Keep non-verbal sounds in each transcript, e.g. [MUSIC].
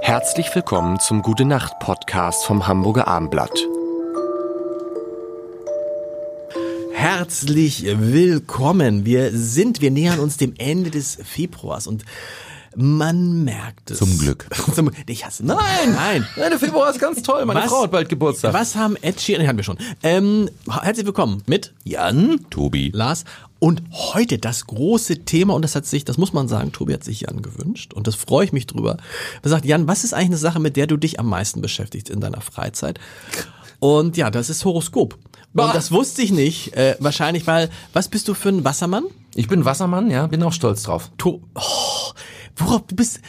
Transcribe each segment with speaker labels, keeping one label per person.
Speaker 1: Herzlich willkommen zum Gute Nacht Podcast vom Hamburger Armblatt.
Speaker 2: Herzlich willkommen. Wir sind, wir nähern uns dem Ende des Februars und man merkt es.
Speaker 3: Zum Glück.
Speaker 2: [LAUGHS] Zum, ich hasse
Speaker 3: Nein, nein. Nein, der Februar ist ganz toll. Meine
Speaker 2: Was-
Speaker 3: Frau hat bald Geburtstag.
Speaker 2: Was haben Ed Sheeran, hatten wir schon. Ähm, herzlich willkommen mit Jan,
Speaker 3: Tobi.
Speaker 2: Lars und heute das große Thema und das hat sich, das muss man sagen, Tobi hat sich Jan gewünscht und das freue ich mich drüber. Er sagt, Jan, was ist eigentlich eine Sache, mit der du dich am meisten beschäftigst in deiner Freizeit? Und ja, das ist Horoskop.
Speaker 3: Bah.
Speaker 2: Und das wusste ich nicht, äh, wahrscheinlich, weil, was bist du für ein Wassermann?
Speaker 3: Ich bin Wassermann, ja, bin auch stolz drauf.
Speaker 2: To oh, worauf du bist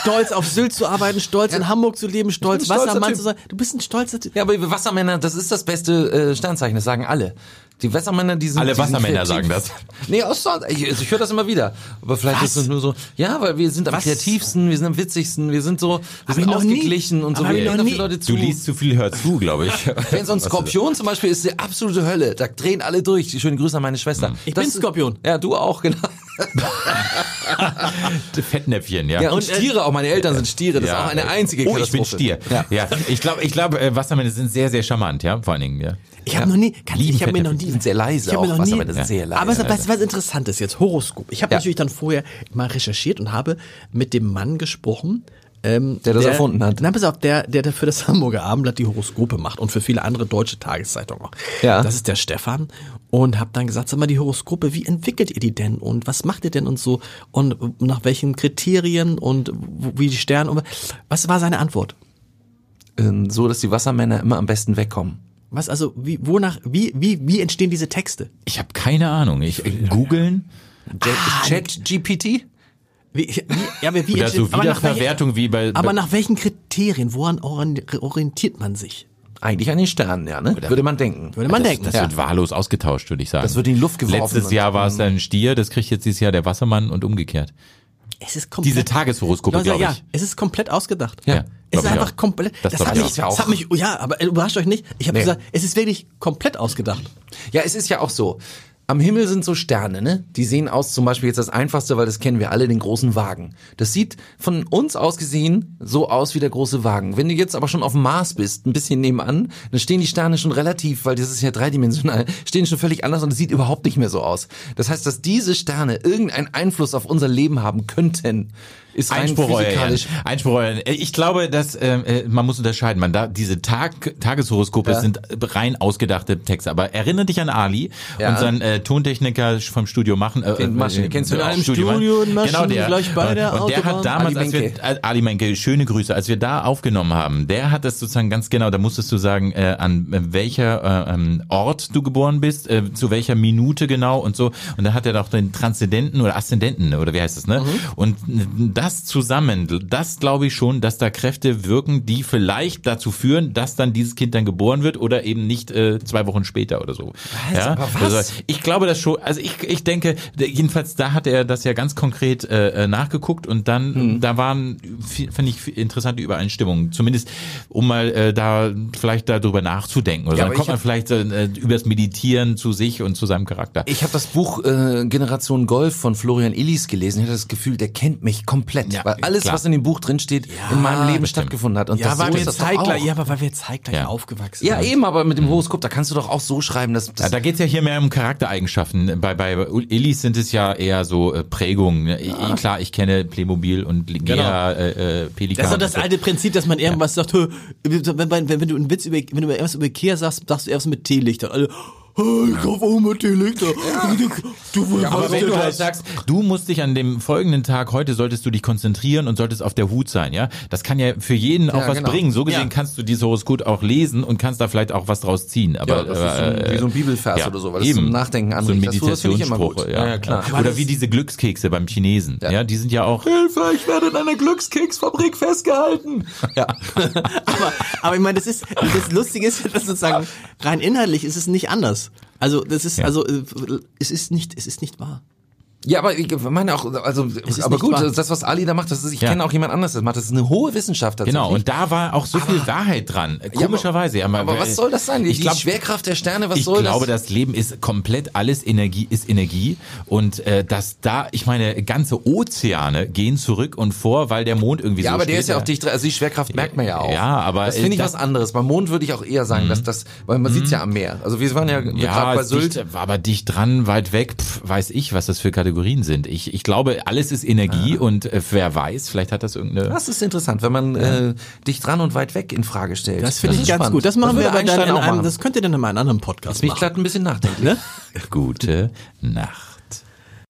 Speaker 2: stolz auf Sylt zu arbeiten, stolz in Hamburg zu leben, stolz
Speaker 3: ein stolzer
Speaker 2: Wassermann
Speaker 3: Typ.
Speaker 2: zu sein. Du bist ein stolzer Typ.
Speaker 3: Ja, aber wir Wassermänner, das ist das beste äh, Sternzeichen, das sagen alle. Die Wassermänner, die sind
Speaker 4: Alle
Speaker 3: die sind
Speaker 4: Wassermänner
Speaker 3: kreativ.
Speaker 4: sagen das.
Speaker 3: Nee, aus Sonst- ich, also ich höre das immer wieder. Aber vielleicht
Speaker 2: Was?
Speaker 3: ist es nur so, ja, weil wir sind am
Speaker 2: Was?
Speaker 3: kreativsten, wir sind am witzigsten, wir sind so, wir
Speaker 2: ich
Speaker 3: sind
Speaker 2: noch nie-
Speaker 3: ausgeglichen und so,
Speaker 2: aber hab
Speaker 3: wir
Speaker 2: ich noch
Speaker 3: hören
Speaker 2: nie-
Speaker 3: viele Leute zu.
Speaker 4: Du liest zu viel, hör zu, glaube ich.
Speaker 3: Wenn so ein Skorpion zum Beispiel ist, die absolute Hölle. Da drehen alle durch. Die schönen Grüße an meine Schwester.
Speaker 2: Ich bin Skorpion.
Speaker 3: Ja, du auch, genau.
Speaker 4: Fettnäpfchen, ja.
Speaker 3: Ja, und, Stiere, auch meine Eltern sind Stiere. Das
Speaker 4: Ja,
Speaker 3: ist auch eine
Speaker 4: äh,
Speaker 3: einzige
Speaker 4: Oh, ich bin
Speaker 3: Katastrophe.
Speaker 4: Stier. Ja, ich glaube, ich glaub, äh, Wassermänner sind sehr, sehr charmant, ja, vor allen Dingen, ja.
Speaker 2: Ich habe noch nie, kann,
Speaker 4: Lieben
Speaker 2: ich habe mir noch
Speaker 4: Fettnäpfchen.
Speaker 2: nie,
Speaker 3: Die sind sehr leise
Speaker 2: ich hab mir
Speaker 3: auch,
Speaker 2: noch nie,
Speaker 3: Wassermänner sind sehr leise.
Speaker 2: Aber es- was, was interessant ist jetzt, Horoskop. Ich habe
Speaker 3: Ja.
Speaker 2: natürlich dann vorher mal recherchiert und habe mit dem Mann gesprochen, ähm,
Speaker 3: Der das erfunden hat.
Speaker 2: Na, pass auf, der, der dafür das Hamburger Abendblatt die Horoskope macht und für viele andere deutsche Tageszeitungen auch.
Speaker 3: Ja.
Speaker 2: Das ist der Stefan. Und habe dann gesagt, sag mal, die Horoskope, wie entwickelt ihr die denn und was macht ihr denn und so und nach welchen Kriterien und wo- wie die Sterne und was war seine Antwort?
Speaker 3: Ähm, So, dass die Wassermänner immer am besten wegkommen.
Speaker 2: Was also, wie, wonach, wie, wie, wie entstehen diese Texte?
Speaker 4: Ich habe keine Ahnung. Ich äh, googeln
Speaker 2: Ah,
Speaker 3: Chat GPT?
Speaker 2: Wie, wie, ja, aber wie
Speaker 4: oder so
Speaker 2: entsteht- aber nach welchen-
Speaker 4: Wiederverwertung wie bei,
Speaker 2: Aber
Speaker 4: bei
Speaker 2: nach welchen Kriterien, woran oran- orientiert man sich?
Speaker 3: Eigentlich an den Sternen, ja, ne? Würde man denken.
Speaker 2: Würde man denken.
Speaker 4: das wird wahllos ausgetauscht, würde ich sagen.
Speaker 3: Das wird in die Luft geworfen
Speaker 4: Letztes
Speaker 3: und-
Speaker 4: Jahr war es ein Stier, das kriegt jetzt dieses Jahr der Wassermann und umgekehrt.
Speaker 2: es ist komplett,
Speaker 4: Diese
Speaker 3: Also
Speaker 4: Tageshoroskope,
Speaker 2: Leute,
Speaker 4: glaube
Speaker 2: ja,
Speaker 4: ich.
Speaker 2: es ist komplett ausgedacht.
Speaker 4: Ja,
Speaker 2: Es
Speaker 4: glaub
Speaker 2: ist
Speaker 4: ich
Speaker 2: einfach
Speaker 4: auch.
Speaker 2: komplett.
Speaker 4: Das glaub
Speaker 2: hat
Speaker 4: ich
Speaker 2: mich,
Speaker 3: auch.
Speaker 2: das hat mich, oh ja, aber äh, überrascht euch nicht. Ich habe
Speaker 3: Nee.
Speaker 2: gesagt, es ist wirklich komplett ausgedacht.
Speaker 3: Ja, es ist ja auch so. Am Himmel sind so Sterne, ne? Die sehen aus, zum Beispiel jetzt das Einfachste, weil das kennen wir alle, den großen Wagen. Das sieht von uns aus gesehen so aus wie der große Wagen. Wenn du jetzt aber schon auf dem Mars bist, ein bisschen nebenan, dann stehen die Sterne schon relativ, weil das ist ja dreidimensional, [LAUGHS] stehen schon völlig anders und es sieht überhaupt nicht mehr so aus. Das heißt, dass diese Sterne irgendeinen Einfluss auf unser Leben haben könnten, ist rein
Speaker 4: Einspruch, euer Ehren.
Speaker 3: physikalisch.
Speaker 4: Einspruch, euer Ehren. Ich glaube, dass ähm, äh, man muss unterscheiden. Man da diese Tag Tageshoroskope
Speaker 3: Ja.
Speaker 4: sind rein ausgedachte Texte. Aber erinnere dich an Ali,
Speaker 3: Ja.
Speaker 4: unseren äh, Tontechniker vom Studio machen. Äh,
Speaker 3: Den Maschen, den kennst du
Speaker 4: auch,
Speaker 3: ja auch.
Speaker 4: Studio,
Speaker 2: Studio und Maschen,
Speaker 4: genau der.
Speaker 2: gleich bei der
Speaker 4: und, und der
Speaker 2: Autobahn.
Speaker 4: hat damals,
Speaker 3: Ali
Speaker 4: als wir
Speaker 3: Menke.
Speaker 4: äh, Ali Menke, schöne Grüße, als wir da aufgenommen haben, der hat das sozusagen ganz genau. Da musstest du sagen, äh, an welcher äh, ähm, Ort du geboren bist, äh, zu welcher Minute genau und so. Und da hat er doch den Transzendenten oder Aszendenten oder wie heißt es
Speaker 3: Mhm.
Speaker 4: ne? Und das zusammen, das glaube ich schon, dass da Kräfte wirken, die vielleicht dazu führen, dass dann dieses Kind dann geboren wird oder eben nicht äh, zwei Wochen später oder so. ja?
Speaker 3: Aber was?
Speaker 4: Also, ich glaube das schon, also ich, ich denke, der- jedenfalls da hat er das ja ganz konkret äh, äh, nachgeguckt und dann, da waren, viel- finde ich, viel interessante Übereinstimmungen. Zumindest, um mal äh, da vielleicht darüber nachzudenken. Oder
Speaker 3: Ja,
Speaker 4: so.
Speaker 3: aber
Speaker 4: dann
Speaker 3: ich
Speaker 4: kommt man
Speaker 3: hab-
Speaker 4: vielleicht äh, übers Meditieren zu sich und zu seinem Charakter.
Speaker 3: Ich habe das Buch äh, Generation Golf von Florian Illis gelesen. Ich hatte das Gefühl, der kennt mich komplett,
Speaker 4: Ja,
Speaker 3: weil alles,
Speaker 4: klar.
Speaker 3: was in dem Buch drin steht, in meinem Leben stattgefunden hat. Und das so ist das doch auch.
Speaker 2: ja, aber weil wir zeitgleich
Speaker 4: Ja.
Speaker 2: aufgewachsen
Speaker 3: Ja,
Speaker 2: sind.
Speaker 3: eben, aber mit dem Horoskop, da kannst du doch auch so schreiben, dass,
Speaker 4: Mhm. Ja,
Speaker 3: dass
Speaker 4: da geht's ja hier mehr um Charaktereigenschaften. Bei, bei Illis sind es ja eher so äh, Prägungen. ne? Eh- eh Klar, ich kenne Playmobil und Ligea,
Speaker 2: Genau.
Speaker 4: äh, äh,
Speaker 2: Das
Speaker 4: Pelikan.
Speaker 2: ist doch
Speaker 4: und
Speaker 2: das
Speaker 4: so.
Speaker 2: alte Prinzip, dass man irgendwas sagt, hö, wenn, wenn, wenn du einen Witz über, wenn du irgendwas über Ikea sagst, sagst du irgendwas mit Teelichter. Alle, hö, ich kauf auch mit Teelichter. Du, du,
Speaker 4: Aber
Speaker 2: was
Speaker 4: wenn
Speaker 2: denn
Speaker 4: du
Speaker 2: das?
Speaker 4: halt sagst, du musst dich an dem folgenden Tag, heute solltest du dich konzentrieren und solltest auf der Hut sein, ja? Das kann ja für jeden auch was
Speaker 3: genau.
Speaker 4: bringen. So gesehen
Speaker 2: Ja.
Speaker 4: kannst du dieses Horoskop auch lesen und kannst da vielleicht auch was draus ziehen. Aber,
Speaker 3: Ja, das ist so ein-
Speaker 4: äh,
Speaker 3: wie so ein Bibelvers
Speaker 4: ja,
Speaker 3: oder so, weil das zum Nachdenken
Speaker 4: So ein
Speaker 3: anregt. Das- das finde ich immer
Speaker 4: Meditationsspruch.
Speaker 3: gut. Ja, ja, klar. Aber
Speaker 4: Oder
Speaker 3: das-
Speaker 4: wie diese Glückskekse beim Chinesen, ja? Die sind ja auch...
Speaker 3: Hilfe, ich werde in einer Glückskeksfabrik festgehalten.
Speaker 4: [LAUGHS]
Speaker 3: Ja.
Speaker 2: aber, aber ich meine, das ist das Lustige ist, dass sozusagen rein inhaltlich ist es nicht anders. Also das ist also äh, es ist nicht es ist nicht wahr.
Speaker 3: Ja, aber ich meine auch, also,
Speaker 2: ist
Speaker 3: aber
Speaker 2: nicht
Speaker 3: gut,
Speaker 2: wahr.
Speaker 3: das, was Ali da macht, das ist, ich
Speaker 4: Ja.
Speaker 3: kenne auch jemand anderes, das macht, das ist eine hohe Wissenschaft tatsächlich.
Speaker 4: Genau, und da war auch so viel Wahrheit dran. Komischerweise. äh,
Speaker 3: aber, aber was soll das sein? Die
Speaker 4: Ich glaub,
Speaker 3: Schwerkraft der Sterne, was
Speaker 4: ich
Speaker 3: soll
Speaker 4: glaube,
Speaker 3: das?
Speaker 4: das Leben ist komplett alles Energie ist Energie und äh, dass da, ich meine, ganze Ozeane gehen zurück und vor, weil der Mond irgendwie
Speaker 3: Ja,
Speaker 4: so
Speaker 3: aber der
Speaker 4: steht.
Speaker 3: ist ja auch dicht dran. Also die Schwerkraft merkt man ja auch.
Speaker 4: Ja, aber,
Speaker 3: das finde ich
Speaker 4: äh,
Speaker 3: was
Speaker 4: das-
Speaker 3: anderes. Beim Mond würde ich auch eher sagen,
Speaker 2: Mhm.
Speaker 3: dass das, weil man sieht's ja am Meer. Also wir waren ja,
Speaker 4: Ja,
Speaker 3: gerade bei
Speaker 4: ist
Speaker 3: Sylt.
Speaker 4: dicht, aber dicht dran, weit weg, pf, weiß ich, was das für Kategorien sind. Ich, ich glaube, alles ist
Speaker 3: Ah.
Speaker 4: Energie und äh, wer weiß, vielleicht hat das irgendeine.
Speaker 3: [LAUGHS] Das ist interessant, wenn man äh, dicht dran und weit weg in Frage stellt.
Speaker 2: Das finde
Speaker 3: ist
Speaker 2: ich ganz
Speaker 3: spannend.
Speaker 2: gut. Das machen wir
Speaker 3: würde
Speaker 2: aber dann
Speaker 3: Einstein
Speaker 2: in
Speaker 3: auch
Speaker 2: einem,
Speaker 3: machen.
Speaker 2: das könnt ihr dann in einem anderen Podcast
Speaker 3: Mich
Speaker 2: machen.
Speaker 3: glatt ein bisschen nachdenklich.
Speaker 2: Ne?
Speaker 4: Gute Nacht.